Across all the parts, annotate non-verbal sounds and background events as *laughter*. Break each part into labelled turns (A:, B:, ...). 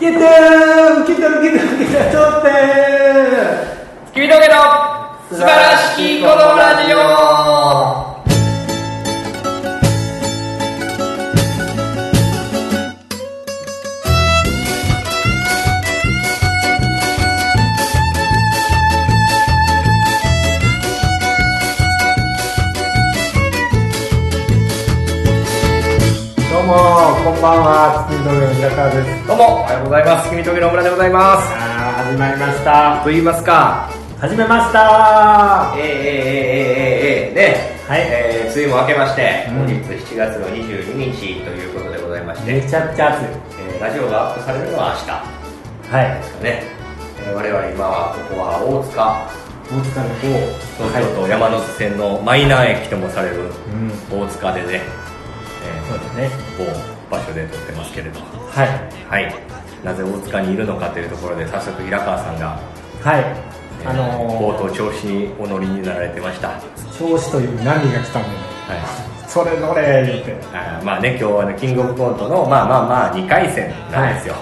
A: ゲットー受けた受けた受けた取って
B: 君峠の素晴らしき子供ラジオ
A: どうもこんばんは月見峠の平川です
B: どうもおはようございます君峠の村でございます
A: あー始まりました
B: と言いますか
A: 始めました
B: えー、えー、えー、えー、えー、えー、ね
A: はい
B: えー、梅雨も明けまして、
A: うん
B: 本日7月の22日ということでございまして、
A: めちゃくちゃ暑い
B: えーラジオがアップされるのは
A: はい
B: 明日ですかね、えー、我々今はここは大塚
A: 大塚の
B: 東京都山手線のマイナー駅ともされる
A: うん
B: 大塚でね、
A: そうですね
B: えー、某場所で撮ってますけれど
A: はい
B: はい、なぜ大塚にいるのかというところで早速平川さんが、
A: はい
B: えー
A: あの
B: 冒頭調子にお乗りになられてました、はい
A: ー、調子という波が来たんでそれどれ言うて
B: あーまあね、今日は、ね、キングオブコントのまあまあまあ2回戦なんですよ、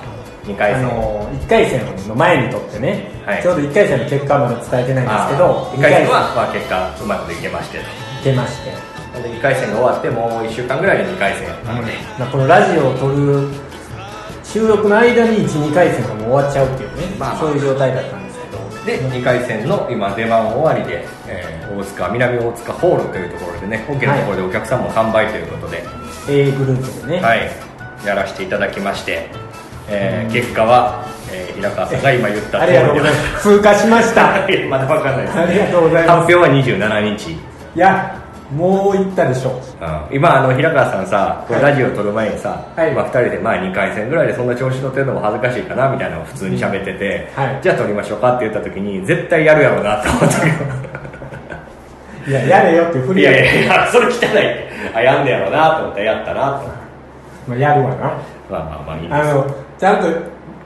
B: 二2回
A: あ
B: 戦、
A: のー、1回戦の前にとってね、
B: はい
A: ちょうど1回戦の結果はまだ伝えてないんですけど
B: 2回戦は、まあ、結果うまくいけましてと
A: 2回戦出まして
B: なんで2回戦が終わってもう1週間ぐらいで2回戦やったので、
A: まあこのラジオを撮る収録の間に12回戦がもう終わっちゃうっていうね、
B: まあまあ
A: そういう状態だったんですけど
B: で2回戦の今出番終わりで、えー大塚南大塚ホールというところでねオケのところでお客さんも完売ということで、
A: A グループでね、
B: はい、やらせていただきまして、えー結果は、えー平川さんが今言った
A: ありがとうございます通過しました
B: いやまだ分かんないで
A: *laughs*
B: す
A: ありがとうございます
B: 発表は27日、
A: いやもう行ったでしょう
B: うん今あの平川さんさこうラジオ撮る前にさ、
A: はい
B: まあ、2人でまあ2回戦ぐらいでそんな調子乗ってるのも恥ずかしいかなみたいなのを普通に喋ってて、
A: はい
B: じゃあ撮りましょうかって言った時に絶対やるやろうなと思ったけ
A: いややれよって *laughs* いうふ
B: ど
A: り
B: いやいやいやそれ汚いってあやんねやろうなと思ってやったなと
A: まあ、やるわな
B: まあまあまあいいです
A: あのちゃんと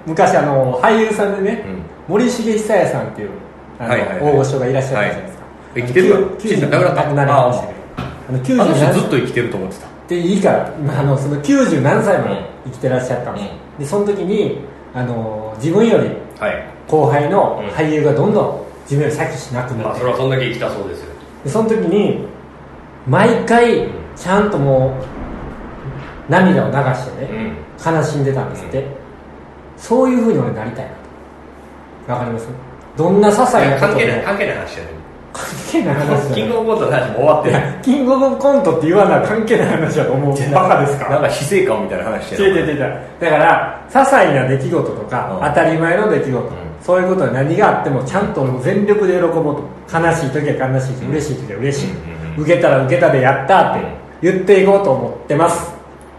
A: 昔あの俳優さんでね、
B: うん
A: 森重久彌さんっていうあの、
B: はいはいはい
A: 大御所がいらっしゃるじゃないですか、
B: はい生きてるよ
A: きゅう
B: 死んだ亡くなった
A: 亡くなりましたけどあの
B: あの人
A: 97
B: ずっと生きてると思ってた
A: でいいからまああのその90何歳まで生きてらっしゃったんですよ、でその時にあの自分より
B: はい
A: 後輩の
B: うん
A: 俳優がどんどん自分より先しなくな
B: ま
A: っ
B: あ
A: て、
B: それはそんだけ生きたそうですよ
A: でその時に毎回ちゃんともう涙を流してね、
B: ん
A: 悲しんでたんですって、そういうふうに俺なりたいなとわかりますどんな些細なこ
B: 関
A: とで
B: 係ない
A: も
B: 関係ない話やね
A: 関係ない話
B: キ
A: じゃな
B: ン
A: い
B: グオブコントの話も終わって
A: い
B: ない
A: やキングオブコントって言わな関係ない話だと思うバカですか
B: なんか死生観みたいな話して
A: 違う違う違う違うだから些細な出来事とか、
B: うん
A: 当たり前の出来事、
B: ん
A: そういうことに何があってもちゃんともう全力で喜ぼうと悲しい時は悲しいし、嬉しい時は嬉しい、
B: うんうんうん
A: 受けたら受けたでやったって言っていこうと思ってます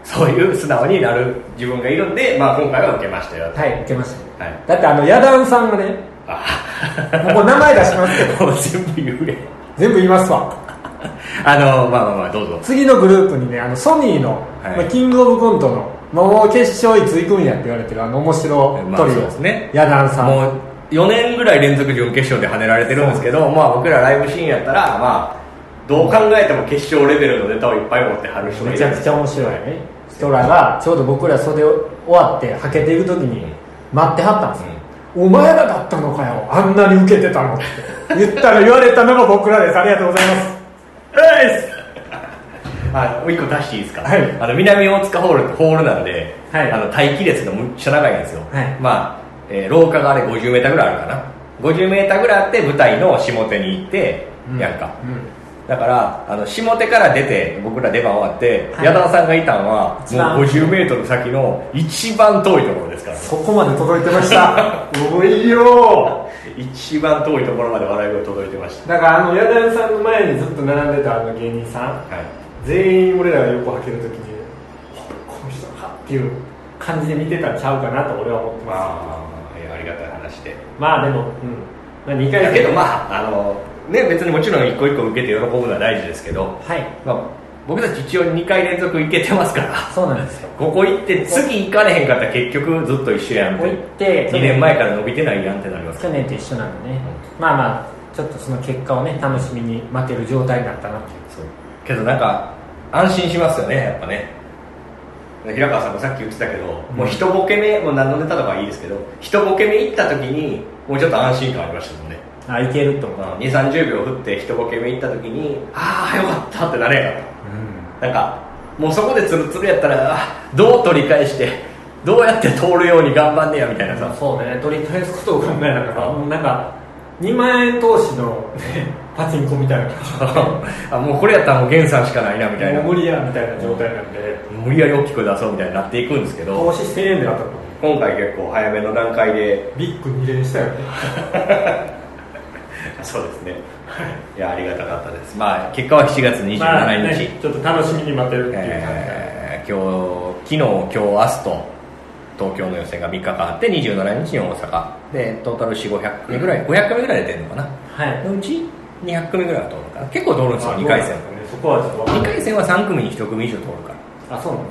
B: そういう素直になる自分がいるんで、まあ、今回は受けましたよはい
A: はい受けました、だってあのヤダンさん
B: *laughs*
A: がね
B: あ
A: もう名前出しますけど
B: もう全部言うやん
A: 全部言いますわ
B: あのまあまあまあどうぞ
A: 次のグループにねあのソニーの、
B: はい
A: まあキングオブコントのもう決勝いつ行くんやって言われてるあの面白
B: まあ
A: トリ
B: そう
A: オ、
B: ですね
A: ヤダンさん
B: もう4年ぐらい連続準決勝で跳ねられてるんですけど、まあ、僕らライブシーンやったら、まあ、どう考えても決勝レベルのネタをいっぱい持ってはる人がい
A: め
B: る
A: ちゃくちゃ面白いね人らがちょうど僕ら袖を終わってはけていく時に待ってはったんですよ、お前らだったのかよあんなに受けてたのって言ったら言われたのが僕らですありがとうございます
B: *laughs* あもう一個出していいですか、
A: はい
B: あの南大塚ホールってホールなんで、
A: はい
B: あの待機列がむっちゃ長いんですよ、
A: はい
B: まあ、えー廊下があれ 50m ぐらいあるかな 50m ぐらいあって舞台の下手に行って、やんか、だからあの下手から出て僕ら出番終わって、
A: はい
B: 矢田さんがいたのは
A: 一番
B: もう 50m 先の一番遠いところで
A: *laughs*
B: すから
A: そこまで届いてました *laughs* おいよ
B: 一番遠いところまで笑い声届いてまし
A: だからあの矢田さんの前にずっと並んでたあの芸人さん
B: た、はい、
A: 全員俺らが横はける時にこの人かっていう感じで見てたんちゃうかなと俺は思って
B: ま
A: ま
B: あいやありがたい話です
A: まあでも、うんまあ、2回
B: だ
A: 戦
B: けどまああのね別にもちろん一個一個受けて喜ぶのは大事ですけど、
A: はい
B: まあ、僕たち一応2回連続行けてますから
A: そうなんですよ
B: ここ行って次行かれへんかったら結局ずっと一緒やんっ
A: ここ
B: て
A: 行って
B: 2年前から伸びてないやんってなりますか
A: 去年と一緒なんでね、まあまあちょっとその結果をね楽しみに待てる状態になったなっていう
B: らそうけどなんか安心しますよねやっぱね平川さんもさっき言ってたけど、もう一ボケ目もう何のネタとかはいいですけど一ボケ目行った時にもうちょっと安心感ありましたもんね
A: あいけると思う、
B: 2 3 0秒振って一ボケ目行った時にああよかったってなれやかったなんかもうそこでツルツルやったらあどう取り返してどうやって通るように頑張んねやみたいなさ *laughs*
A: そうね取り返すことを考えながらもうなんか2万円投資の、ね、パチンコみたいな感じ
B: あもうこれやったらもう源さんしかないなみたいな
A: もう無理やみたいな状態なんで
B: 無理やり大きく出そうみたいになっていくんですけど
A: 投資1000円で当たったの
B: 今回結構早めの段階で
A: ビッグ2連したよね
B: そうですね *laughs* いやありがたかったですまあ結果は7月27日、
A: まあねちょっと楽しみに待ってるっていう感じ、
B: えー今日昨日今日明日と東京の予選が3日間あって27日に大阪でトータル4500組ぐらい、500組ぐらい出てるのかな
A: はい
B: のうち200組ぐらいは通るから結構通るんですよ2回戦
A: まあそこはちょっとわかん
B: 2
A: ない
B: 回戦は3組に1組以上通るから
A: あそうなの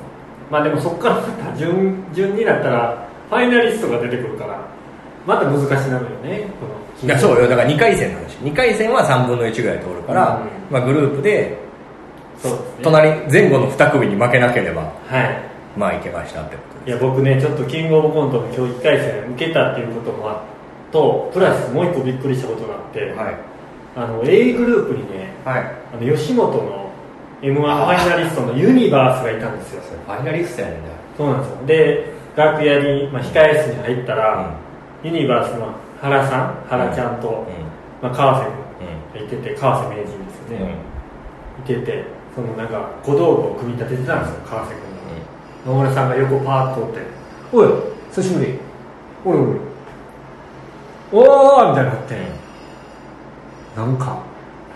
A: まあでもそこからまた順順になったらファイナリストが出てくるからまた難しいなのよねこの
B: いやそうよだから2回戦の話2回戦は3分の1ぐらい通るから、
A: う
B: まあ、グループで
A: そうですね
B: 隣前後の2組に負けなければ
A: はい
B: まあいけましたってこと
A: いや僕ねちょっとキングオブコントの今日1回戦受けたっていうこともあとプラスもう一個びっくりしたことがあって、
B: ではい
A: あの A グループにね
B: はい
A: あの吉本の m 1ファイナリストのユニバースがいたんですよ
B: ファイナリストやねんだ
A: そうなんですよで楽屋に、まあ、控え室に入ったら、ユニバースの原さん原ちゃんと、まあ、川瀬君がいてて川瀬名人ですよね、いててそのなんか小道具を組み立ててたんですよ川瀬君が、野村さんが横パーッと通って「おい久しぶりおるおるおー!」みたいになって、なんか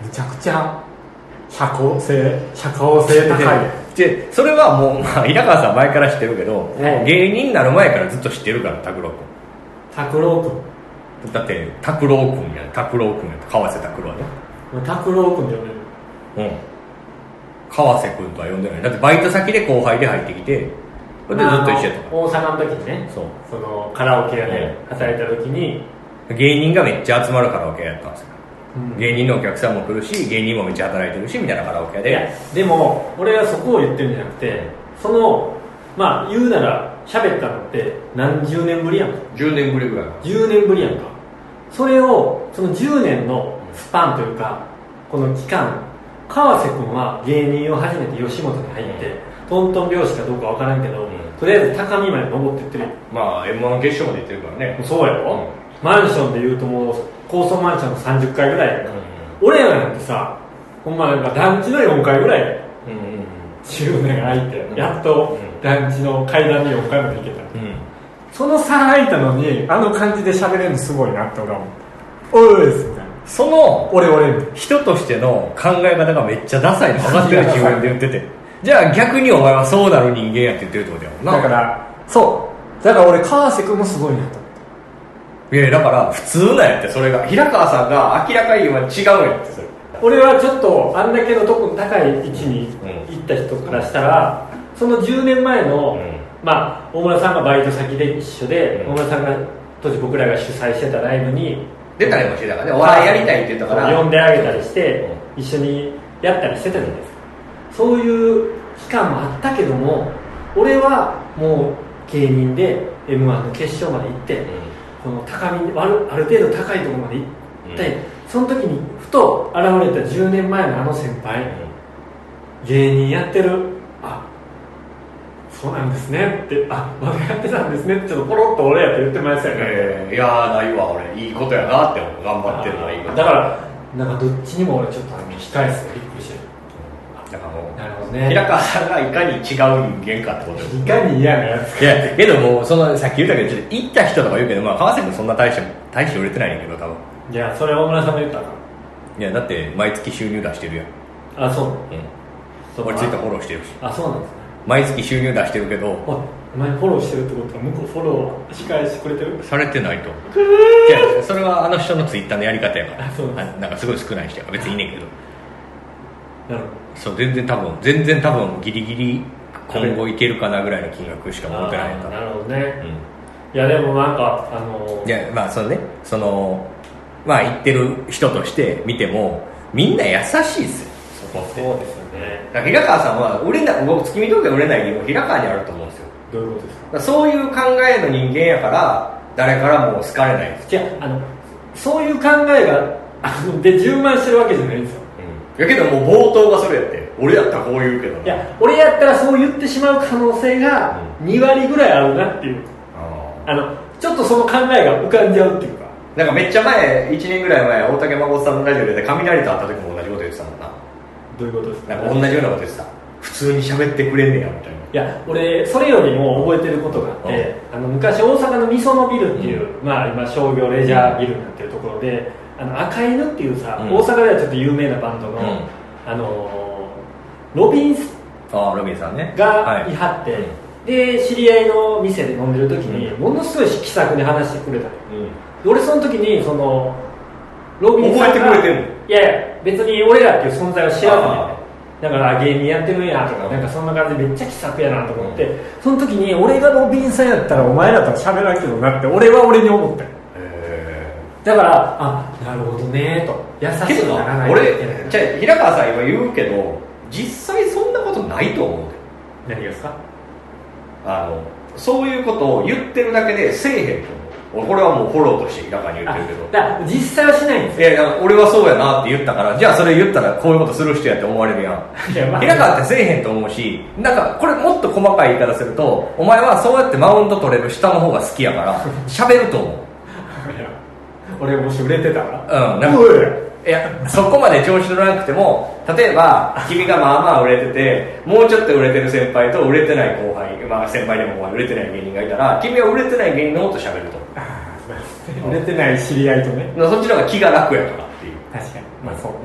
A: めちゃくちゃ社交性社交性高い
B: でそれはもう、 *laughs* まあ、平川さん前から知ってるけど、
A: はい
B: もう芸人になる前からずっと知ってるから拓郎君
A: *laughs* 拓郎
B: だって拓郎君や拓郎君や川瀬拓郎やね
A: 君拓郎君で呼べる
B: うん川瀬君とは呼んでないだってバイト先で後輩で入ってきてそれでずっと一緒やったか
A: あの大阪の時にね
B: らそう
A: そのカラオケ屋で働いた時に、
B: 芸人がめっちゃ集まるカラオケやったんですよ
A: うん
B: 芸人のお客さんも来るし芸人もめっちゃ働いてるしみたいなカラオケ屋
A: いや
B: で
A: でも俺はそこを言ってるんじゃなくてそのまあ言うなら喋ったのって何十年ぶりやんか
B: 10年ぶりぐらい
A: 10年ぶりやんかそれをその10年のスパンというかこの期間川瀬君は芸人を初めて吉本に入って、
B: うん
A: トントン拍子かどうかわからんけど、
B: ん
A: とりあえず高みまで登ってってるやん
B: まあ m 1決勝まで行ってるからね
A: そうやろ、マンションで言うともう高層マンションの30階ぐらいやんか、俺らなんてさほんまなんか団地の4階ぐらいやん
B: うんうんうん
A: 10年空いて、
B: うん
A: やっと
B: うん
A: 団地の階段に4回まで行けた、
B: うん
A: その差空いたのにあの感じで喋れるのすごいなって俺は思ったおいですみたいな
B: その
A: 俺俺みたい
B: 人としての考え方がめっちゃダサ
A: *laughs*
B: いの分かってる自分で言っててじゃあ逆にお前はそうなる人間やって言ってるってことやもん
A: な
B: な
A: だからそうだから俺川瀬君もすごいなと思っ
B: いやだから普通なんやってそれが平川さんが明らかに今違うのやってそれ
A: た俺はちょっとあんだけのとこ高い位置に行った人からしたら、その10年前の、
B: うん
A: まあ大村さんがバイト先で一緒で、
B: うん
A: 大村さんが当時僕らが主催してたライブに
B: 出たりもしてたからねお笑いやりたいって言ったから
A: 呼んであげたりして、一緒にやったりしてたじゃないですかそういう期間もあったけども俺はもう芸人で m 1の決勝まで行って、この高みあるある程度高いところまで行って、
B: う
A: その時にふと現れた10年前のあの先輩、芸人やってるあそうなんですねってあまだやってたんですねってちょっとポロッと俺やって言ってましたよね、
B: えーいやーないわ俺いいことやなって思う頑張ってるのはいいこと
A: だからなんかどっちにも俺ちょっとあの控え室がびっくりしてる
B: だからも
A: なるほど
B: う
A: ね
B: 平川さんがいかに違う人間かってことです
A: いかに嫌なやつ
B: いやけどもうそのさっき言ったけどちょっと行った人とか言うけど、まあ、川瀬君そんな大して大して売れてないんやけど多分
A: いやそれ大村さんも言ったら
B: いやだって毎月収入出してるやん、
A: あそう
B: うん、
A: そう
B: 俺ツイッターフォローしてるし
A: あそうなんですね
B: 毎月収入出してるけど
A: おいお前フォローしてるってことは向こうフォロー控えしてくれてる
B: されてないといやそれはあの人のツイッターのやり方やから
A: あそうなん
B: あなんかすごい少ない人やから別にいいねんけど
A: なる
B: そう全然多分全然多分ギリギリ今後いけるかなぐらいの金額しか
A: ほど
B: 持ってないか
A: あーな
B: ら
A: るほど
B: う
A: ね
B: ん
A: いやでもなんかあのー
B: いやまあそのねそのまあ言ってる人として見てもみんな優しいですよそこって
A: そうですよね
B: ねだから平川さんは売れない僕月見峠が売れない理由は平川にあると思うんですよ
A: どういうことですか
B: だからそういう考えの人間やから誰からも好かれないんです
A: いやあのそういう考えがあので充満してるわけじゃないんですよ
B: うん、やけどもう冒頭がそれやって俺やったらこう言うけどない
A: や俺やったらそう言ってしまう可能性が2割ぐらいあるなっていう
B: あ
A: あのちょっとその考えが浮かんじゃうっていうか
B: ーなんかめっちゃ前1年ぐらい前大竹誠さんのラジオで雷と会った時も同じこと言ってたもんな
A: どういうことです
B: なんか同じようなこと言ってた普通に喋ってくれんねやみたい
A: いや俺それよりも覚えてることがあって、あの昔大阪のみそのビルっていう、まあ、今商業レジャービルになってるところであの赤犬っていうさ、
B: うん
A: 大阪ではちょっと有名なバンドの、
B: うん
A: あのーロビンス
B: なああロビンさんね
A: がいはって、
B: はい
A: で知り合いの店で飲んでる時に、
B: う
A: ものすごい気さくに話してくれたのよ
B: うん
A: で俺その時にそのロビンさんが
B: 覚えてくれてる
A: いやいや別に俺らっていう存在を知らずに
B: あ
A: ねだからあ芸人やってるんやとかなんかそんな感じでめっちゃ気さくやなと思って、その時に俺がロビンさんやったらお前らとは喋らんけどなって俺は俺に思ったよ
B: え
A: だからあなるほどねと優
B: ー
A: し
B: け
A: く
B: ど
A: ならな
B: ない
A: といけ
B: 俺じゃあ平川さん今言うけど実際そんなことないと思うで
A: ない何がですか
B: あのそういうことを言ってるだけでせえへんと思う俺これはもうフォローとして平川に言っ
A: あ
B: てるけど
A: だから実際はしないんです
B: いやいや、俺はそうやなって言ったから、じゃあそれ言ったらこういうことする人やって思われるやん。
A: いやまあ
B: 平川ってせえへんと思うし、なんかこれもっと細かい言い方すると、お前はそうやってマウント取れる下の方が好きやから、喋ると思う。
A: いや俺もし売れてたら
B: うんなんか
A: おい
B: いや、そこまで調子乗らなくても、例えば、君がまあまあ売れてて、もうちょっと売れてる先輩と売れてない後輩、まあ先輩でも後輩売れてない芸人がいたら、君は売れてない芸人の方と喋ると。
A: あー売れてない知り合いとね
B: そっちの方が気が楽やからっていう。
A: 確かにまあそうね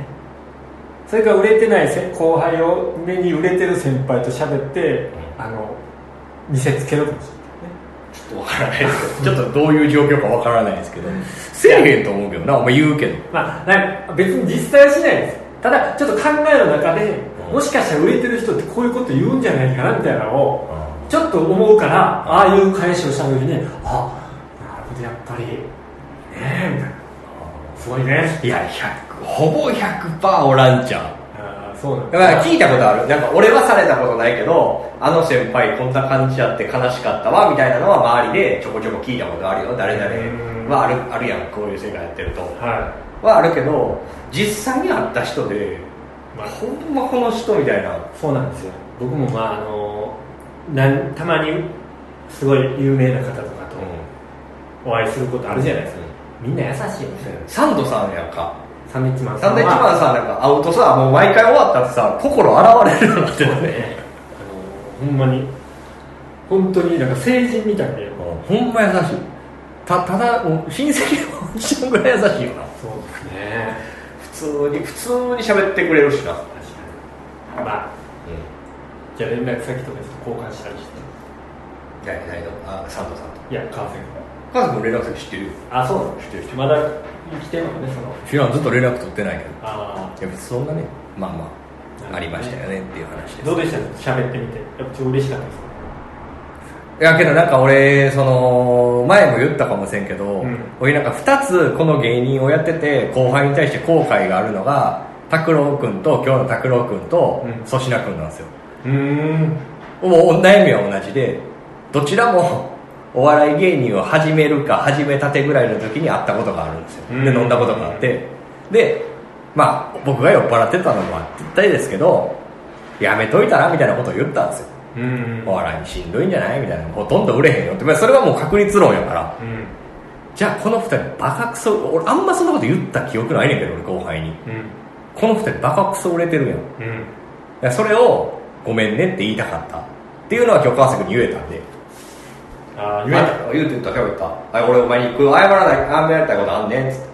A: それから売れてない先後輩を目に売れてる先輩と喋って、
B: う
A: あの見せつけるかもし
B: ちょっとわからないですけど、ちょっとどういう状況かわからないですけど、せえへんと思うけどな、お前言うけど。
A: れないまあなんか別に実際はしないですただちょっと考えの中で、
B: うん
A: もしかしたら売れてる人ってこういうこと言うんじゃないかなみたいなのを
B: う
A: ちょっと思うから、ああいう返しをした時にあなるほどやっぱりねえみたいなすごいね
B: んいや、100、ほぼ100%おらんちゃん。
A: あーそうなん
B: だ
A: だ
B: から聞いたことある。なんか俺はされたことないけど、あの先輩こんな感じやって悲しかったわ、みたいなのは周りでちょこちょこ聞いたことあるよ。誰
A: うん
B: 々はある、あるやん、こういう世界やってると。
A: はい
B: はあるけど、実際に会った人で、
A: まあ
B: ほんまこの人みたいな。
A: そうなんですよ僕もまああのなんたまにすごい有名な方とかとお会いすることあるじゃないですか、みんな優しいよね
B: サンドさんやんか。
A: サンドイッチマン
B: サ
A: さ
B: ン
A: ん
B: ドイッチマンさんなんか会うとさ、もう毎回終わったらさ、心洗われるようになってるね。
A: ねあのほんまに本当になんか成人みたいで
B: ほんま優しい。た、ただ、もう親戚のおじちゃんぐらい優しいよな。
A: そうですね
B: 普通に、普通に喋ってくれるしな。うん。
A: 確かにまあじゃあ連絡先とかちょっと交換したりして
B: 誰誰のあ、サンドさんと。
A: いや川崎君
B: 家族の連絡先知ってる
A: あそうなの
B: 知ってる知ってる
A: まだ生きてんのかねその
B: 知らん、ずっと連絡取ってないけど。い
A: あ
B: や、別にそんなね、まあまあ、
A: あ
B: ありましたよねっていう話で
A: あ
B: す。
A: どうでした喋ってみてやっぱ超嬉しかったですか
B: いやけどなんか俺その前も言ったかもしれんけど、
A: うん
B: 俺なんか2つこの芸人をやってて後輩に対して後悔があるのが拓郎君と今日の拓郎君と
A: うん
B: 粗品君なんですよ、
A: うーん
B: もうお悩みは同じでどちらも *laughs* お笑い芸人を始めるか始めたてぐらいの時に会ったことがあるんですよ
A: うん
B: で飲んだことがあってでまあ僕が酔っ払ってたのもあってですけどやめといたらみたいなことを言ったんですよ
A: うん
B: お笑いしんどいんじゃないみたいなほとんど売れへんよって、まあ、それはもう確率論やから
A: うん
B: じゃあこの二人バカクソ俺あんまそんなこと言った記憶ないねんけど俺後輩に
A: うん
B: この二人バカクソ売れてるやんい
A: うん
B: やそれをごめんねって言いたかったっていうのは今日川瀬君に言えたんで
A: ああ言えた
B: あ言うて言った今日言ったあ俺お前にこう謝らない謝りたいことあんねんっつって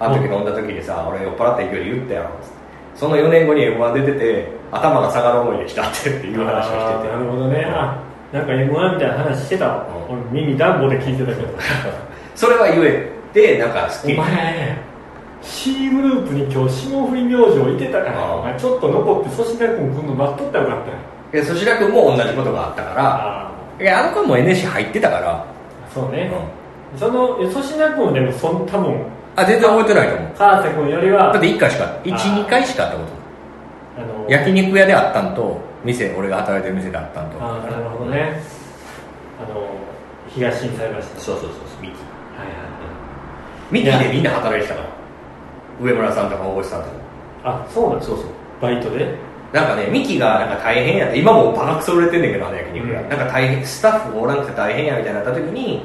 B: あの時飲んだ時にさ俺酔っ払った勢いで言ったやろっつってその4年後に m 1出てて頭が下がる思いでしたってっていう話をしてて
A: なるほどねあなんか m 1みたいな話してたわ、
B: う
A: 俺耳暖房で聞いてたけど
B: それは言えてなんか好き
A: お前 C グループに今日霜降り明星いてたから
B: あ
A: お前ちょっと残って粗品君来んの待っとったらよかったよ
B: で粗品君も同じことがあったか
A: あ
B: らいやあの子も NSC 入ってたから、
A: あそう
B: うん
A: ね、その粗品君はでもそん多分
B: あ全然覚えてないと思う
A: 川瀬君よりは
B: だって1回しか
A: あー
B: 12回しかあったこと
A: あの
B: 焼肉屋であったんと店俺が働いてる店であったんと
A: ああなるほどねあの東心斎橋の
B: そうそうそうそうミキ
A: はいはい
B: ミキでみんな働いてたから上村さんとか大越さんとか
A: あそうなん
B: そうそう
A: バイトで
B: なんかねミキがなんか大変やって今もうバカクソ売れてんねんけどあの焼肉屋、
A: うん
B: なんか大変スタッフがおらんくて大変やみたいになった時に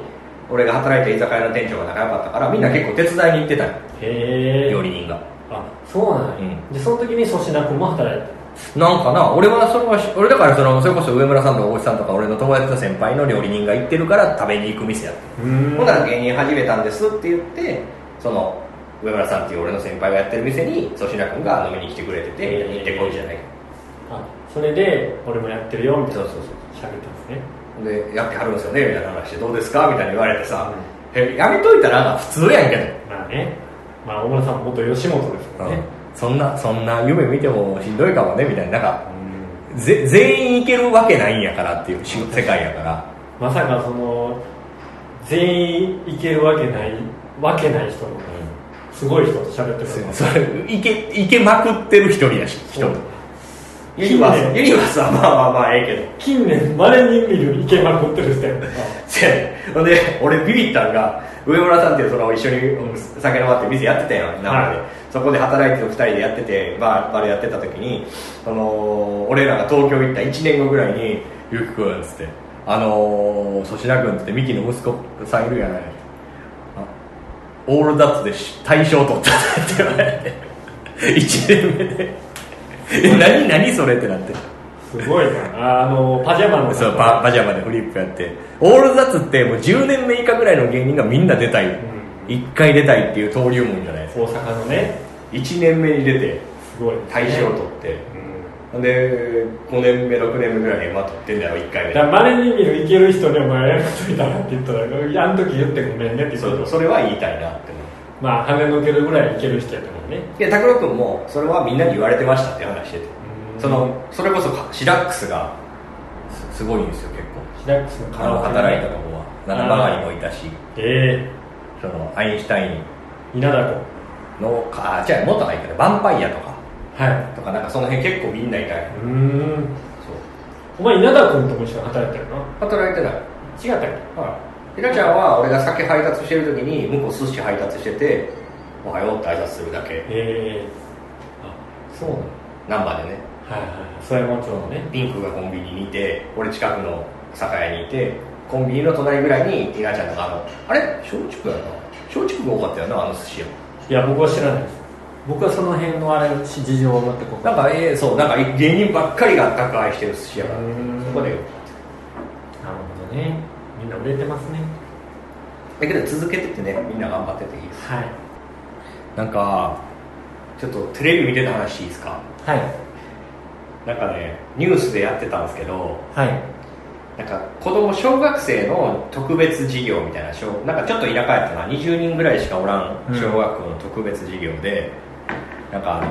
B: 俺が働いた居酒屋の店長が仲良かったからみんな結構手伝いに行ってたよ
A: へえ
B: 料理人が
A: あそうなんや、
B: う
A: でその時に粗品君も働いて
B: なんかな俺はそれは俺だからそのそれこそ上村さんと大越さんとか俺の友達と先輩の料理人が行ってるから食べに行く店やって
A: たうん
B: ほんなら芸人始めたんですって言ってその上村さんっていう俺の先輩がやってる店に粗品君が飲みに来てくれてて
A: うん
B: 行ってこいじゃないか
A: あそれで俺もやってるよみたいな
B: そうそう
A: 喋ったんですね
B: でやってはるんですよねみたいな話してどうですかみたいに言われてさ、えやめといたら普通やんけど、
A: まあねまあ大村さんも元吉本ですからね
B: そんなそんな夢見てもしんどいかもねみたいななん
A: う
B: か
A: ん
B: ぜ全員いけるわけないんやからっていうし世界やから
A: まさかその全員いけるわけないわけない人のすごい人と喋ってくる
B: それいけいけまくってる一人やし一人ユニバースユニバースはまあまあまあええけど
A: 近年まれに見るイケまくってる人や *laughs* んか
B: せやねんほんで俺ビビったんが上村さんっていうその一緒にうん酒飲まって店やってたやん生で、
A: は
B: そこで働いてる2人でやっててバーバルやってた時にその俺らが東京行った1年後ぐらいに「ゆうきくん」っつって「あのー粗品君」っつってミキの息子さんいるやないあオールダッツでし大賞取ったって言われて1年目でえ何何それってなって
A: すごいなあのパジャマの
B: そうパパジャマでフリップやってオールザッツってもう10年目以下ぐらいの芸人がみんな出たい、
A: ん
B: 一1回出たいっていう登竜門じゃないですか
A: 大阪のね
B: 1年目に出て
A: すごい
B: 大賞取って、ほんで5年目6年目ぐらいにま取ってんだよ1回目
A: だまれに見るいける人にお前やっといたなって言ったらあの時言ってごめんねって言
B: そううそれは言いたいなって思う
A: まあ跳ねのけるぐらいいける人やったもんね
B: で拓郎君もそれはみんなに言われてましたって話してて
A: うん
B: そのそれこそシラックスがすすごいんですよ結構
A: シダックスのカ
B: あ
A: ラ
B: の
A: オケ
B: 働いたとこは七曲がりもいたし
A: え
B: そのアインシュタイン
A: え稲田子
B: のかあ違う元入ってるヴァンパイアとか
A: はい
B: とかなんかその辺結構みんないたい
A: うん
B: そう
A: お前稲田君とも一緒に働いてるな
B: 働いてない
A: 違ったっけ
B: はいひなちゃんは俺が酒配達してる時に向こう寿司配達してて「おはよう」って挨拶するだけ
A: ええあそうなの
B: 難波でね
A: はいはい添山町のね
B: ピンクがコンビニにいて俺近くの酒屋にいてコンビニの隣ぐらいにひなちゃんとかあのあれ松竹やな松竹が多かったよなあの寿司屋
A: いや僕は知らないです僕はその辺のあれ事情を持ってこ
B: なんかええそうなんか芸人ばっかりが宅配してる寿司屋がある
A: うん
B: そこで
A: なるほどねみんな売れてますね
B: だけど続けててねみんな頑張ってていいです
A: はい
B: なんかちょっとテレビ見てた話いいですか
A: はい
B: なんかねニュースでやってたんですけど
A: はい
B: なんか子供小学生の特別授業みたいな小なんかちょっと田舎やったな20人ぐらいしかおらん
A: うん
B: 小学校の特別授業で、なんかあの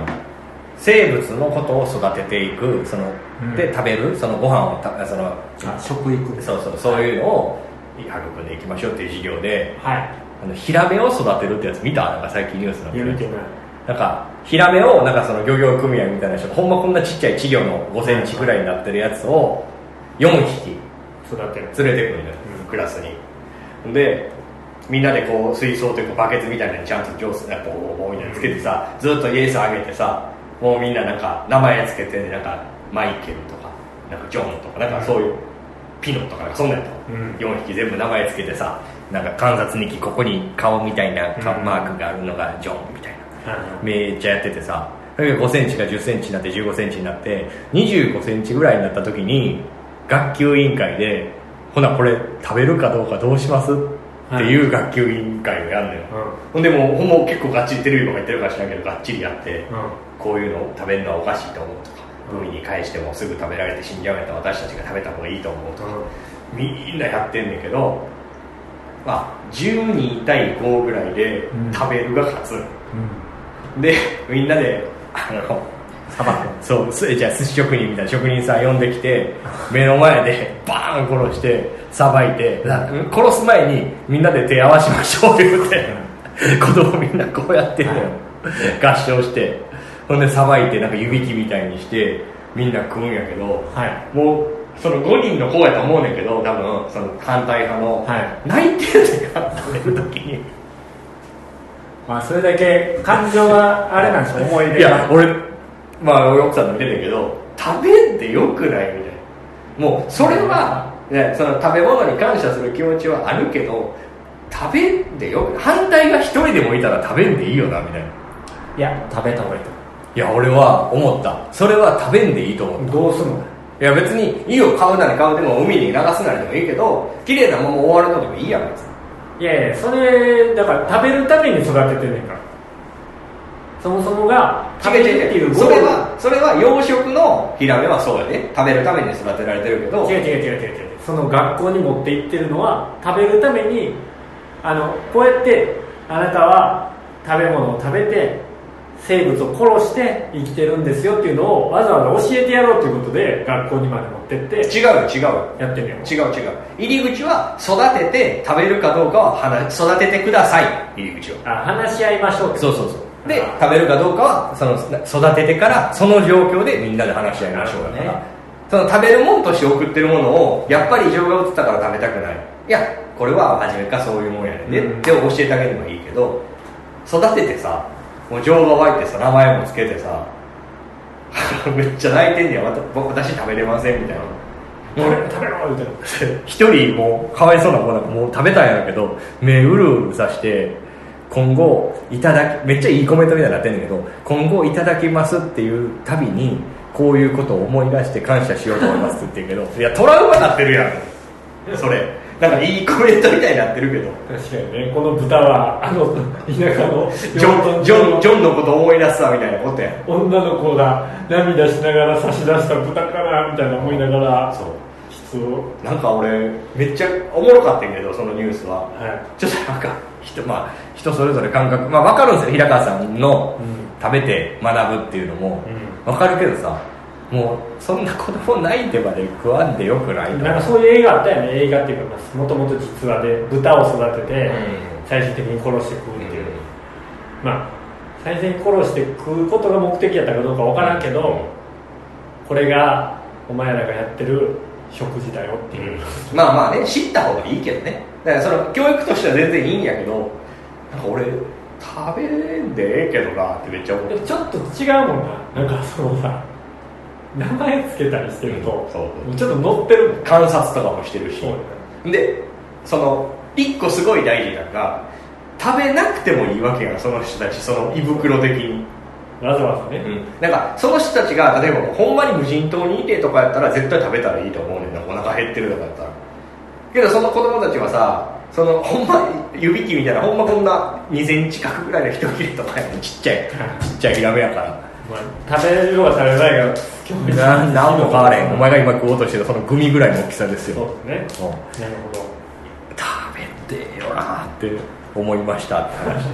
B: 生物のことを育てていくその、
A: うん
B: で食べるそのご飯をたその
A: あ食育です
B: そうそうそういうのを育んでいきましょうっていう授業で
A: はい
B: あのヒラメを育てるってやつ見たなんか最近ニュースなん
A: い
B: で
A: や見てない
B: なんかヒラメをなんかその漁業組合みたいな人がほんまこんなちっちゃい稚魚の5センチぐらいになってるやつを4匹
A: 育てる
B: 連れてくるんだよ、
A: うん
B: クラスにでみんなでこう水槽というかバケツみたいなのにちゃんと上手なボーボーボーみたいなのつけてさずっとイエスあげてさもうみんななんか名前つけてなんかマイケルとかなんかジョンとかなんかそういうピノとかなんかそんなんやった、
A: うん
B: 4匹全部名前つけてさなんか観察日記ここに顔みたいなか
A: うん
B: マークがあるのがジョンみたいな
A: はい
B: めっちゃやっててさそれが5センチか1 0センチになって1 5センチになって2 5センチぐらいになった時に学級委員会でほなこれ食べるかどうかどうしますっていう学級委員会をやるのよ、ほんでもうほんま結構がっちりテレビとか言ってるか知らんけどがっちりやって、
A: うん
B: こういうのを食べるのはおかしいと思うとか
A: うん
B: 海に返してもすぐ食べられて死んじゃうんやったら私たちが食べた方がいいと思うとか、
A: う
B: みんなやってんだけどまあ12対5ぐらいで
A: うん
B: 食べるが勝つ、
A: ん
B: でみんなであの
A: さばく
B: そうすじゃあ寿司職人みたいな職人さん呼んできて目の前でバーン殺してさばいてな殺す前にみんなで手合わしましょうって言って子供みんなこうやってんのよ合唱してほんでさばいてなんか湯引きみたいにしてみんな食うんやけど
A: はい
B: もうその5人の方やと思うねんけど多分その反対派の、
A: はい
B: 泣いてるってか食べる時に
A: まあそれだけ感情があれなんですよ思い
B: い
A: 出
B: や
A: が
B: 俺まあ俺奥さんと見てたけど食べんってよくないみたいなもうそれは、ね、その食べ物に感謝する気持ちはあるけど食べんでよく反対が一人でもいたら食べんでいいよなみたいない
A: や食べた方がいいと
B: いや俺は思ったそれは食べんでいいと思った
A: どうすんの
B: いや別にいいよ買うなり買うでも海に流すなりでもいいけど綺麗なまま終わるのでもいいやん別に
A: いやいやそれだから食べるために育ててんねんからそもそもが食べるっていう
B: そ
A: ゴー
B: れ
A: ル
B: はそれは養殖のヒラメはそうやで食べるために育てられてるけど
A: 違う違う違う違う違うその学校に持って行ってるのは食べるためにあのこうやってあなたは食べ物を食べて生物を殺して生きてるんですよっていうのをわざわざ教えてやろうということで学校にまで持ってって
B: 違うよ違うよ
A: やってるよ
B: 違う違う入り口は育てて食べるかどうかは話育ててください入り口を
A: あ話し合いましょうって
B: そうそうそうで食べるかどうかはその育ててからその状況でみんなで話し合いましょうだから、
A: ね
B: その食べるもんとして送ってるものをやっぱり異常が映ったから食べたくないいやこれは初めからそういうもんやねんで、
A: うん
B: で教えてあげるのはいいけど育ててさもう情が湧いてさ名前もつけてさ *laughs* めっちゃ泣いてんねやわた僕私食べれませんみたいな
A: 食べろ食べろ言うてる
B: 一人もうかわいそうな子なんかもう食べたんやろうけど目うるうるさして今後いただきめっちゃいいコメントみたいになってんねんけど今後いただきますっていうたびにこういうことを思い出して感謝しようと思いますって言ってるけどいやトラウマになってるやんそれなんかいいコメントみたいになってるけど
A: 確かにねこの豚はあの田舎の
B: ジョンジョンジョンのこと思い出すわみたいなことやん
A: 女の子が涙しながら差し出した豚かなみたいな思いながら
B: そ
A: 質を
B: うなんか俺めっちゃおもろかったんやけどそのニュースは
A: は
B: ちょっとなんか人,、まあ、人それぞれ感覚、まあ、分かるんですよ平川さんの
A: うん
B: 食べて学ぶっていうのも、
A: う
B: 分かるけどさもうそんな子供ない手まで食わんでよくない
A: い
B: と
A: なんかそういう映画あったよね映画っていうかもともと実話で豚を育てて
B: うん
A: 最終的に殺して食うっていう、
B: うん
A: まあ最善に殺して食うことが目的やったかどうかわからんけど、これがお前らがやってる食事だよっていう、
B: まあまあね知った方がいいけどねだからその教育としては全然いいんやけどなんか俺食べんでええけどなってめっちゃ思って
A: でもちょっと違うもんななんかそのさ名前つけたりしてると、
B: うんそう
A: もうちょっと乗ってるもん
B: 観察とかもしてるし
A: そうや
B: でその一個すごい大事なのが食べなくてもいいわけやんその人たちその胃袋的に
A: わざわざね、
B: なんかその人たちが例えばほんまに無人島にいてとかやったら絶対食べたらいいと思うねんなお腹減ってるとかやったらけどその子供たちはさそのほんま湯引きみたいなほんまこんな2センチ角ぐらいの一切れとかやねんちっち *laughs* ゃいちっちゃいヒラメやから
A: まあ、食べるようは食べないが興味な
B: な何も変われんお前が今食おうとしてるそのグミぐらいの大きさですよ
A: そうです
B: うん
A: ねなるほ
B: 食べてえよなって思いましたって話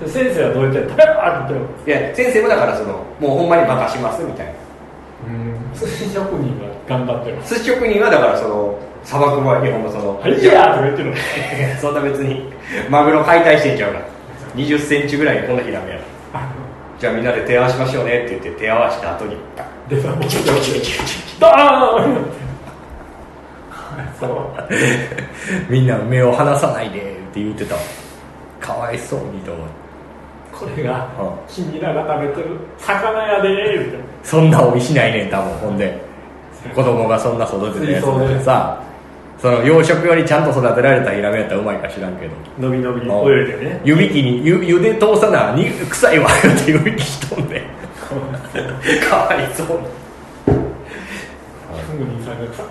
A: どで先生はどうやって食べろって言って
B: いや先生もだからそのもうほんまに任しますみたいな
A: るうん寿司職人が頑張ってる
B: 寿司職人はだからその砂漠も日本もその
A: はいやーとか言ってるの
B: いやそんな別にマグロ解体してんちゃうから2 0センチぐらいのこんなヒラメや
A: あ
B: じゃあみんなで手合わしましょうねって言って手合わした後にパッ
A: でさもうちょっとドーンそう
B: みんな目を離さないでって言ってたかわいそうにと思って
A: これが君らが食べてる魚やでーって
B: そんなおいしないねん多分ほんで子供がそんな育てたやつなんてさその養殖よりちゃんと育てられたヒラメやったらうまいか知らんけど
A: 伸び伸び泳いでね
B: 湯引きにゆゆで通さなに臭いわよって湯引きしとん *laughs* でかわいそうに
A: 職人さんがさ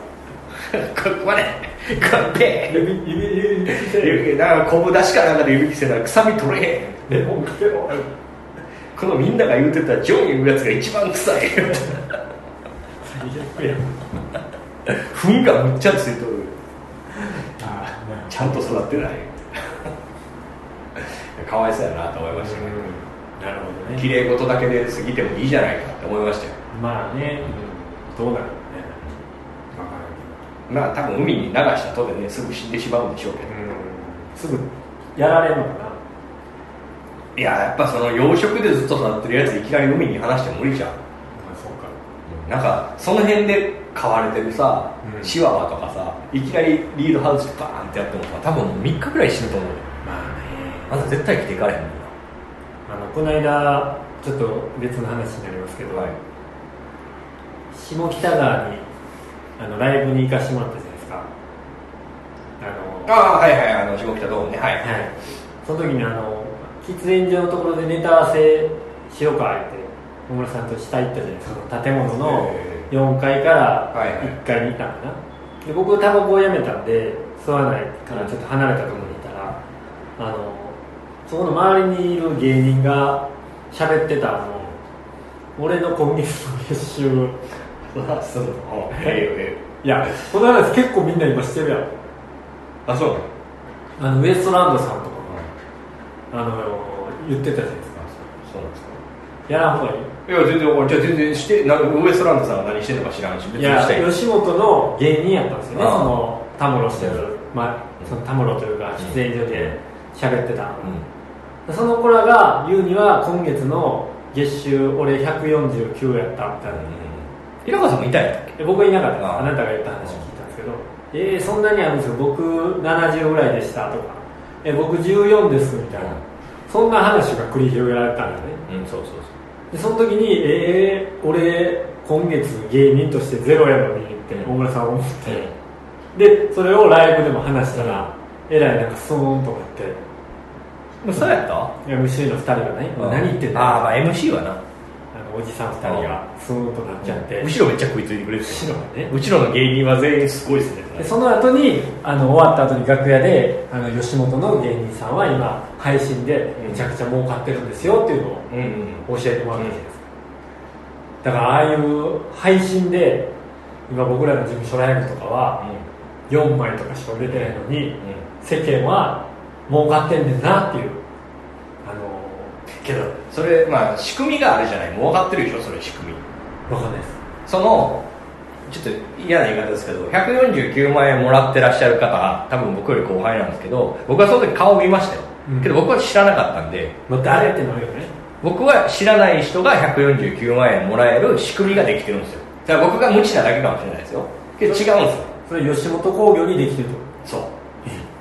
B: ここねかっぺ
A: 指指指指指
B: 指なんか昆布出しかなんかで指着せたら臭み取れへん
A: レモンかけろ
B: このみんなが言うてたジョンいうやつが一番臭い
A: 最悪や
B: 糞がむっちゃついとる
A: あーな
B: ちゃんと育ってない *laughs* かわいそうやなと思いましたね
A: なるほどね
B: 綺麗事だけで過ぎてもいいじゃないかって思いましたよ
A: まあね、どうなるのね、わからん
B: まあ多分海に流したとでねすぐ死んでしまうんでしょうけど
A: けど、すぐやられるのか
B: いややっぱその養殖でずっと育ってるやついきなり海に放しても無理じゃん
A: まあそうか
B: なんかその辺で飼われてるさ、
A: うん
B: チワワとかさいきなりリードハウスでバーンってやってもさ多分3日ぐらい死ぬと思うよ
A: まあね
B: あんた絶対生きていかれへんもん
A: あのこの間ちょっと別の話になりますけど、
B: な、はい、
A: 下北沢にあのライブに行かしてもらったじゃないですかあの
B: ああはいはいあの下北ドームねはい、
A: はい、その時にあの喫煙所のところでネタ合わせしようかって野村さんと下行ったじゃないですかその建物の
B: え
A: 4階か
B: はいは
A: ら
B: い
A: 1階にいたのかな、で僕タバコをやめたんで吸わないからちょっと離れたところにいたら、あのそこの周りにいる芸人が喋ってたあの俺の今月の月収はその
B: あええよええよ
A: いやこの話結構みんな今してるやん
B: あそうね
A: あのウエストランドさんとかもあの言ってたじゃないですか
B: そうなんですか
A: やらんほうがい
B: いや全然俺じゃあ全然してなんウエストランドさんが何してんのか知らんし別
A: い
B: に
A: い
B: し
A: や
B: たい
A: 吉本の芸人やったんですよね
B: ああ
A: そのタモロしてる、ま
B: う
A: あ、
B: ん
A: そのタモロというか喫煙所で喋ってた、
B: うん
A: その子らが言うには今月の月収俺149やったみたいな、
B: 平川さんもいたんやったっけ
A: で僕はいなかったです
B: ああ
A: あなたが言った話を聞いたんですけどえー、そんなにあるんですよ僕70ぐらいでしたとかえ僕14ですみたいな、
B: うん
A: そんな話が繰り広げられたんだね
B: うんそうそうそう
A: でその時に「えー、俺今月芸人としてゼロやのに」って大村さん思って、でそれをライブでも話したら、えらいなんかスーンとなって
B: もうそうやった
A: MC の2人がね「何言ってんだ」
B: ああま
A: あ
B: あ MC はな
A: のおじさん2人がスーンとなっちゃって、
B: 後ろめっちゃ食いついてくれて
A: 後ろがね
B: うちらの芸人は全員すごいですね
A: でその後にあの終わった後に楽屋であの吉本の芸人さんは今配信でめちゃくちゃ儲かってるんですよっていうのを
B: うんうん
A: 教えてもらったじゃないですか、だからああいう配信で今僕らの事務所ライブとかは4枚とかしか売れてないのに世間は儲かってんねんなっていうあのけど
B: それまあ仕組みがあるじゃないもう分かってるでしょそれ仕組み
A: わかんないです
B: そのちょっと嫌な言い方ですけど149万円もらってらっしゃる方多分僕より後輩なんですけど僕はその時顔を見ましたよ、
A: うん
B: けど僕は知らなかったんで
A: まあ誰ってなるよね
B: 僕は知らない人が149万円もらえる仕組みができてるんですよだから僕が無知なだけかもしれないですよけど違うんですよ
A: それ吉本興業にできてると
B: そう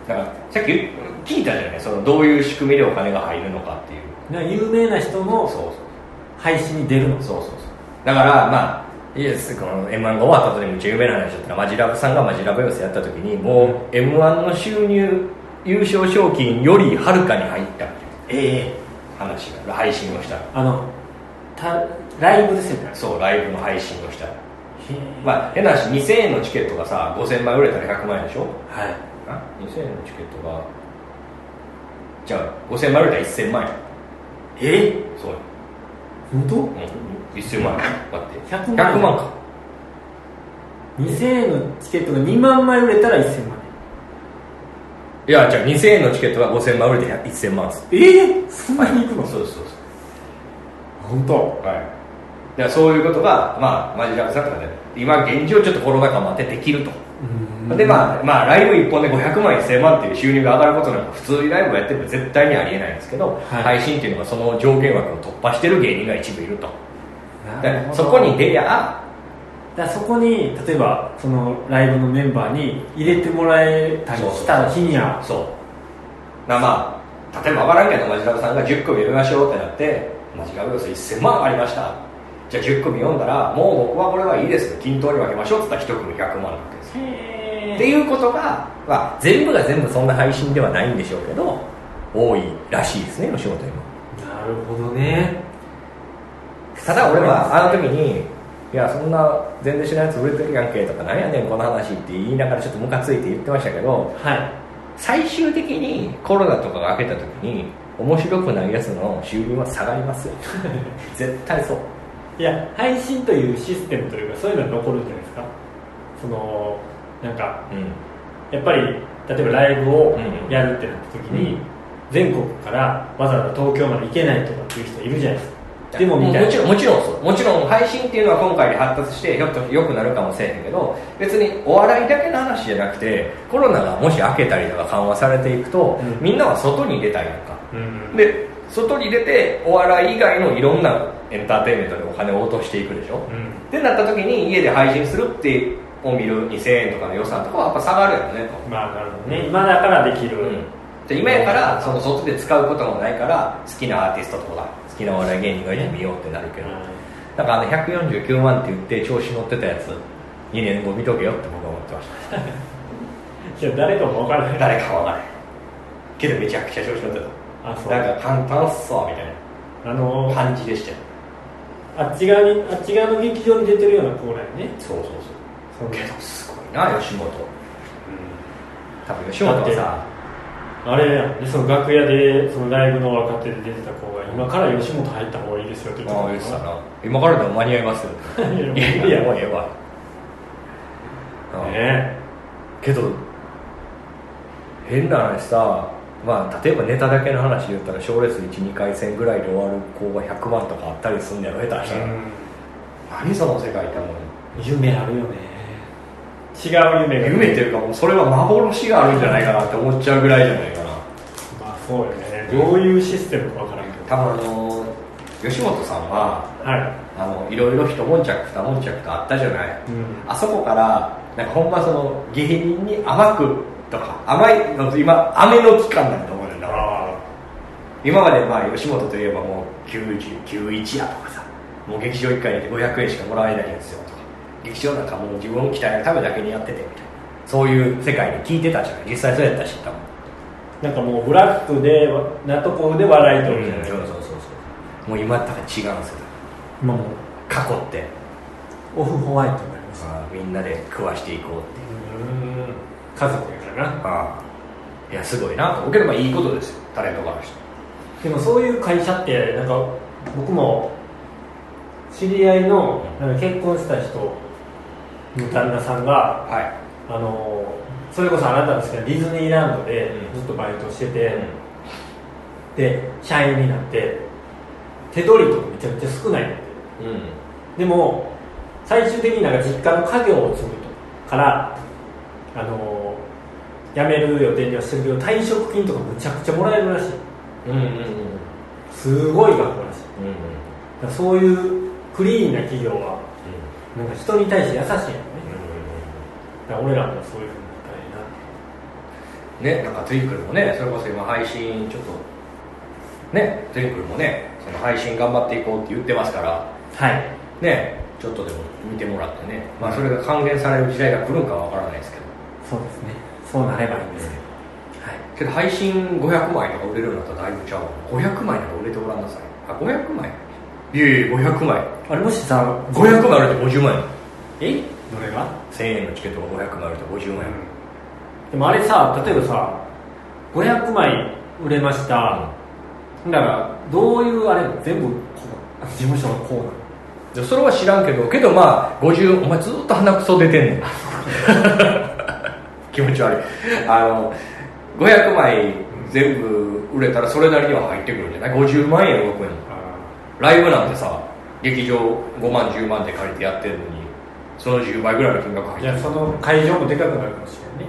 B: だからさっき言聞いたじゃないそのどういう仕組みでお金が入るのかっていう
A: なんか有名な人
B: そう
A: の
B: そう
A: 配信に出るの
B: そうそうそうだからまあいやこの m 1が終わった後にめっちゃ有名な話だったらマジラブさんがマジラブ寄せやった時にもう m 1の収入優勝賞金よりはるかに入ったっていう
A: ええ
B: 話が配信をしたら
A: あのたライブですよね
B: そうライブの配信をしたらまあ変な話2000円のチケットがさ5000枚売れたら100万円でしょ
A: はい
B: あ2000円のチケットがじゃあ5000枚売れたら1000万円
A: え
B: そうよ
A: 本当
B: うん1000万待って
A: 100万
B: 100万か
A: 2000円のチケットが2万枚売れたら1000万
B: いやじゃあ2000円のチケットが5000万売れて1000万です
A: 円ええそんなにいくの、
B: そうですそうです
A: 本当
B: はい、だからそういうことが、まあ、マジラブさんとかで今現状ちょっとコロナ禍もあってできると、でまあ、まあ、ライブ1本で500万1000万っていう収入が上がることなんか普通にライブをやっても絶対にありえないんですけど、
A: はい
B: 配信っていうのがその上限枠を突破してる芸人が一部いると
A: な
B: で
A: るほど
B: そこに出りゃ
A: だからそこに例えばそのライブのメンバーに入れてもらえたりした日には
B: そうなまあ例えば分からんけどマジラブさんが10組読みましょうってなってマジラブ予想1000万ありましたじゃあ10組読んだらもう僕はこれはいいです均等に分けましょうって言ったら1組100万なわけです
A: へ
B: っていうことが、まあ、全部が全部そんな配信ではないんでしょうけど多いらしいですね吉本今
A: なるほどね
B: ただ俺はあの時に「いやそんな全然知らないやつ売れてるやんけ」とか「なんやねんこの話」って言いながらちょっとムカついて言ってましたけど
A: はい
B: 最終的にコロナとかが明けた時に面白くないやつの収入は下が
A: *laughs*
B: りますよ絶対そう
A: いや配信というシステムというかそういうのは残るんじゃないですかそのなんか
B: うん
A: やっぱり例えばライブを
B: うん
A: やるってなった時に、
B: うん
A: 全国からわざわざ東京まで行けないとかっていう人いるじゃないですかでもみたいな
B: もちろんもちろんそうもちろん配信っていうのは今回で発達してひょっと良くなるかもしれへんけど別にお笑いだけの話じゃなくてコロナがもし明けたりとか緩和されていくと、
A: うん
B: みんなは外に出たりとか
A: うん
B: で外に出てお笑い以外のいろんなエンターテインメントでお金を落としていくでしょ、
A: うん
B: ってなった時に家で配信するってを見る2000円とかの予算とかはやっぱ下がるよねと
A: まあなるほどね今だからできる、
B: じゃあ今やからその外で使うこともないから好きなアーティストとか好きなお笑い芸人がいてみようってなるけど、だからあの149万って言って調子乗ってたやつ2年後見とけよって僕は思ってました *laughs*
A: いや誰かも分からない
B: 誰かわからないけどめちゃくちゃ調子乗って
A: あそう
B: たなんか簡単っそうみたい
A: あの
B: な
A: ー
B: 感じでしたよ
A: あっち側にあっち側の劇場に出てるようなコーナーにね
B: そうそうそう
A: その
B: けどすごいな吉本多分吉
A: だ
B: 本
A: っ
B: は
A: て
B: さ
A: あれやんねその楽屋でそのライブの若手で出てた子が今から吉本入った方がいいですよって言
B: ああ言
A: っ
B: ってて
A: た
B: た
A: の
B: な今からでも間に合いますよ
A: いや *laughs* いや
B: もうええわうん
A: ね
B: けど変な話さまあ例えばネタだけの話で言ったら賞レース12回戦ぐらいで終わる子が100万とかあったりすんねやろ下手したら、何その世界って思う
A: 夢あるよね違う夢が
B: 夢っていうかもうそれは幻があるんじゃないかなって思っちゃうぐらいじゃないかな
A: まあそうよねどういうシステムか分からんけど
B: 多分あの吉本さんは
A: は
B: あのいろいろ一悶着二悶着とあったじゃない、
A: い、うん
B: あそこからなんかほんまその芸人に甘くとか甘いのと今飴の期間だと思うんだよな
A: あ
B: 今までまあ吉本といえばもう90 91やとかさもう劇場1回にて500円しかもらえないんですよとか劇場なんかもう自分を鍛えるためだけにやっててみたいなそういう世界に聞いてたじゃない実際そうやったし多分
A: なんかもうブラックでナトコフで笑いとるみたいな、
B: そうそうそうそうもう今だから違うんですよ
A: 今もう
B: 過去って
A: オフホワイトになりました
B: みんなで食わしていこうって
A: うん家族やからな
B: ああいやすごいなと思うけどまあいいことですよタレントからして
A: でもそういう会社ってなんか僕も知り合いのなんか結婚した人の旦那さんが
B: はい
A: あのそれこそあなたの好きなディズニーランドで
B: うん
A: ずっとバイトしてて、で社員になって手取りとかめちゃくちゃ少ないの
B: うんうん
A: でも最終的になんか実家の家業を継ぐとからあの辞める予定にはしてるけど退職金とかむちゃくちゃもらえるらしい
B: うんうんうん
A: すごい額らしい
B: うん
A: だからそういうクリーンな企業はなんか人に対して優しいよねだから俺らもそういうふうになったらいいな
B: ねなんかトゥインクルもねそれこそ今配信ちょっとねトゥインクルもねその配信頑張っていこうって言ってますから
A: はい
B: ねちょっとでも見てもらってね、まあ、それが還元される時代が来るんかはわからないですけど
A: そうですねそうなればいいんですけど、はい
B: けど配信500枚とか売れるようになったらだいぶちゃうわ500枚とか売れてごらんなさいあ500枚いやいや500枚
A: あれもしさ
B: 500枚あると50万円
A: えどれが、
B: 1000円のチケットが500枚あると50万円、
A: でもあれさ例えばさ500枚売れました、だからどういうあれ全部こう事務所のこうなの
B: でそれは知らんけどけどまあ50お前ずっと鼻くそ出てんねん *laughs* 気持ち悪いあの500枚全部売れたらそれなりには入ってくるんじゃない50万円動くんライブなんてさ劇場5万10万で借りてやってるのにその10倍ぐらいの金額入っ
A: い
B: て
A: や
B: る
A: その会場もでかくなるかもしれないね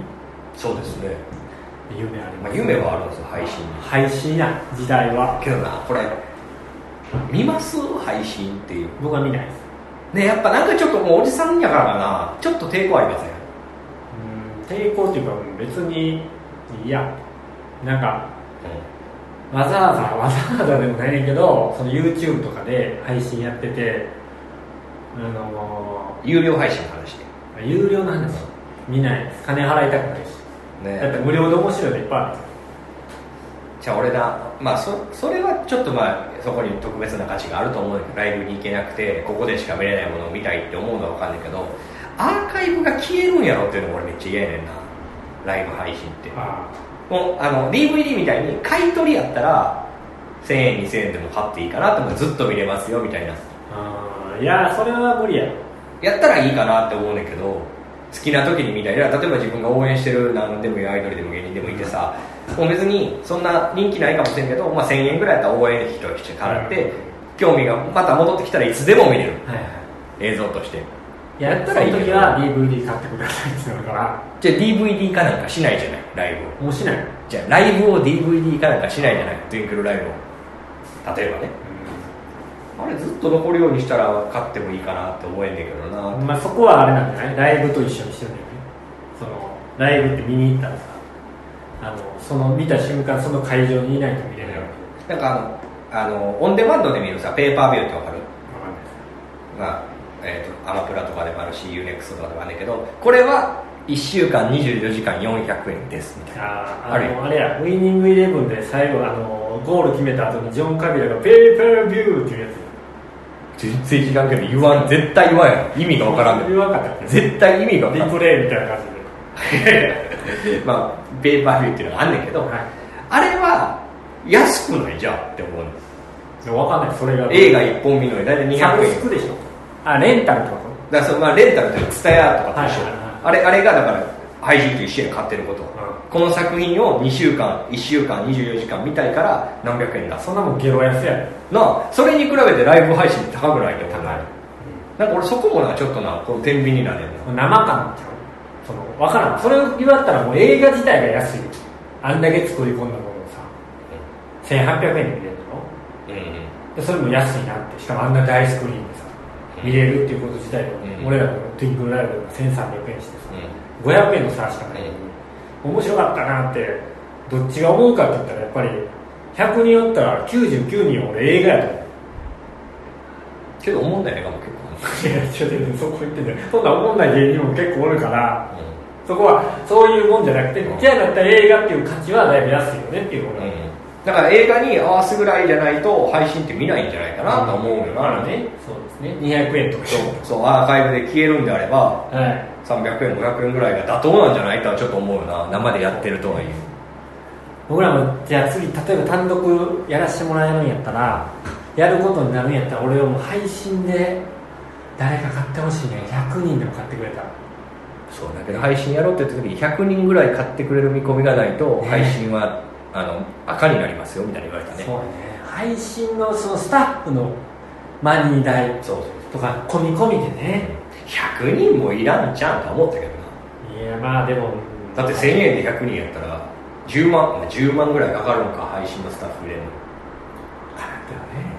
B: そうですね、
A: 夢あり
B: ま
A: ま
B: あ、
A: す、
B: 夢はあるんですよ配信に
A: 配信や時代は
B: けどなこれ見ます配信っていう
A: 僕は見ないです
B: ねやっぱなんかちょっともうおじさんやからかなちょっと抵抗ありません
A: うん抵抗っていうか別にいやなんかわざわざわざわざでもないねんけどその YouTube とかで配信やっててあの
B: 有料配信の話で
A: ー有料の話見ないです金払いたくないしだって無料で面白いのいっぱいある
B: じゃあ俺だまあそそれはちょっとまあそこに特別な価値があると思うけどライブに行けなくてここでしか見れないものを見たいって思うのは分かんないけどアーカイブが消えるんやろっていうのが俺めっちゃ嫌やねんなライブ配信って
A: あ
B: もうあの DVD みたいに買い取りやったら1000円2000円でも買っていいかなって思うずっと見れますよみたいな
A: あーいやーそれは無理やろ
B: やったらいいかなって思うねんけど好きな時に見たいいや例えば自分が応援してる何でもいいアイドルでも芸人でもいてさもう別にそんな人気ないかもしれんけど、まあ、1000円ぐらいやったら応援費として払って、
A: うん
B: 興味がまた戻ってきたらいつでも見れる
A: はいはい
B: 映像として
A: やったらいい時は DVD 買ってくださいってなるから
B: じゃあ DVD かなんかしないじゃないライブを
A: もうしない
B: じゃあライブを DVD かなんかしないじゃないトゥインクルライブを例えばねあれずっと残るようにしたら買ってもいいかなって思えんねんけどな
A: まあ、そこはあれなんじゃないライブと一緒にしてるんだよねそのライブって見に行ったらさあのその見た瞬間その会場にいないと見れないわ
B: なんかあのあのオンデマンドで見るさペーパービューってわかる、
A: けわかんないです
B: まあえー、とアマプラとかでもあるし UNEXT とかでもあるんだけどこれは1週間24時間400円ですみたいな
A: あー
B: あ
A: あ
B: る
A: のあれやウィニングイレブンで最後あのゴール決めた後にジョン・カビラがペーパービューっていうや
B: 全然知らんけど言わん絶対言わんやん意味がわからん
A: つ
B: ねん
A: 弱かったっけ
B: 絶対意味がわ
A: リ
B: から
A: *laughs*
B: ん
A: プレイみたいな感じで
B: まあペーパービューっていうのがあんねんけど、
A: はい
B: あれは安くないじゃんって思うの
A: でも分かんないそれが
B: 映画1本見るのに大体200円
A: サブスクでしょあレンタルってこと
B: だからそのまあレンタルというか TSUTAYA とかと一緒、
A: はいはいはい
B: あれあれがだから配信と一緒に買ってること、この作品を2週間1週間24時間見たいから何百円出す
A: そんなもんゲロ安やね
B: なあそれに比べてライブ配信って高くないけど
A: 高い
B: なんか俺そこもなちょっとなこの天秤になれる
A: 生感ってその分からんそれを言われたらもう映画自体が安いあんだけ作り込んだものをさ1800円で見れるの
B: なうんうん
A: でそれも安いなってしかもあんな大スクリーンでさ見れるっていうこと自体が、
B: うん
A: 俺らのトゥインクルライブが1300円してさ500円の差しかない、面白かったなってどっちが思うかって言ったらやっぱり100人おったら99人は俺映画やと思う
B: けど思うんだよねかも結構
A: いやちょっとそこ言ってんだよそんな思んない芸人も結構おるからそこはそういうもんじゃなくて
B: うん
A: じゃあだったら映画っていう価値はだいぶ安いよねっていう俺は、
B: だから映画に合わすぐらいじゃないと配信って見ないんじゃないかなと思うよな、
A: ねそうですね200円とか
B: そうそうアーカイブで消えるんであれば
A: はい
B: 300円500円ぐらいが妥当なんじゃないとはちょっと思うよな生でやってるとはいえ
A: 僕らもじゃあ次例えば単独やらしてもらえるんやったらやることになるんやったら俺はもう配信で誰か買ってほしいね100人でも買ってくれたら
B: そうだけど配信やろうって言った時に100人ぐらい買ってくれる見込みがないと
A: ね
B: 配信は、あの赤になりますよみたいに言われたね
A: そうね配信のそのスタッフのマニー代
B: そうそう
A: とか込み込みでね
B: 100人もいらんじゃんとは思ったけど
A: いやまあでも
B: なだって1000円で100人やったら10万10万ぐらいかかるのか配信のスタッフ入れるの
A: だよね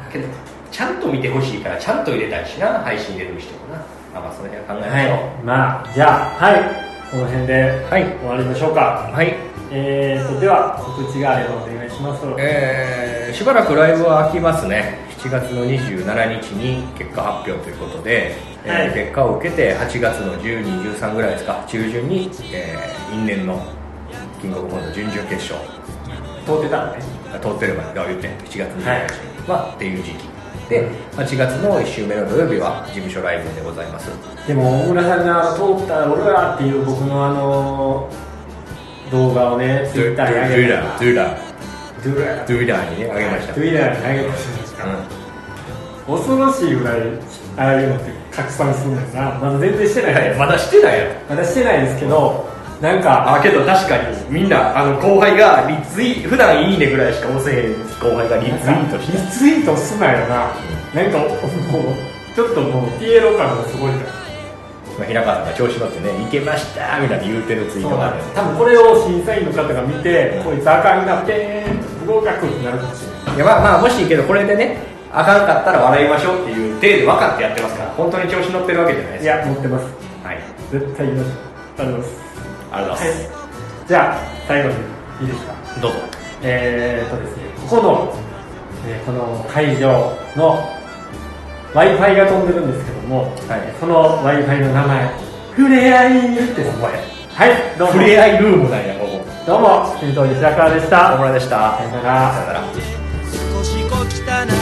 A: まあ
B: けどちゃんと見てほしいからちゃんと入れたいしな配信入れる人もなあまあその辺は考えましょ
A: はいまあじゃあはいこの辺で
B: はい
A: 終わりましょうか
B: うはい
A: えーとでは告知があればお願いします
B: えーしばらくライブは空きますね7月の27日に結果発表ということで、え
A: は
B: ー
A: い
B: 結果を受けて8月の1213ぐらいですか中旬に、えー因縁のキングオブコント準々決勝
A: 通ってたのね
B: 通ってれば言ってんと7月27日、
A: はい
B: まあ、っていう時期で8月の1週目の土曜日は事務所ライブでございます
A: でも大村さんが通った俺らっていう僕のあの動画をねツイッターに上げた
B: ドゥーラー
A: ドゥラ
B: ドゥーラーにねあげました、
A: ドゥラに上げたじゃないですか
B: うん
A: 恐ろしいぐらいああいうのって拡散するんだよなまだ全然してないい
B: やい
A: で
B: や
A: す
B: まだしてないやろ
A: まだしてないですけどなんか
B: あけど確かにみんなあの後輩がリツイ普段いいねぐらいしか押せへん後輩がリツイートして
A: リツイートすなよななんかもうちょっともうピエロ感がすごいんだよ
B: まあ平川さんが調子乗ってね「いけました」みたいな言うてるツイートがある
A: 多分これを審査員の方が見てこいつあかんなって不合格ってなるかもしれない
B: いやまあまあもしけどこれでねあかんかったら笑いましょうっていう体で分かってやってますから本当に調子乗ってるわけじゃないで
A: い
B: すか
A: や持ってます
B: はい
A: 絶対言いますありがとうござい
B: ありがとうご
A: ます、
B: ざいます、
A: はい、じゃあ最後にいいですか
B: どうぞ
A: えー、とですね、ここの、えーこの会場の Wi-Fi が飛んでるんですけども、
B: はい
A: その Wi-Fi の名前、ふれあいです。
B: お前
A: はい、どうも
B: 触、れ合いルームなんやここ
A: どうも、水戸吉田川でし
B: 小
A: た。
B: 村でした
A: さよな
B: さ
A: ら
B: よ。なら
C: 少し小汚い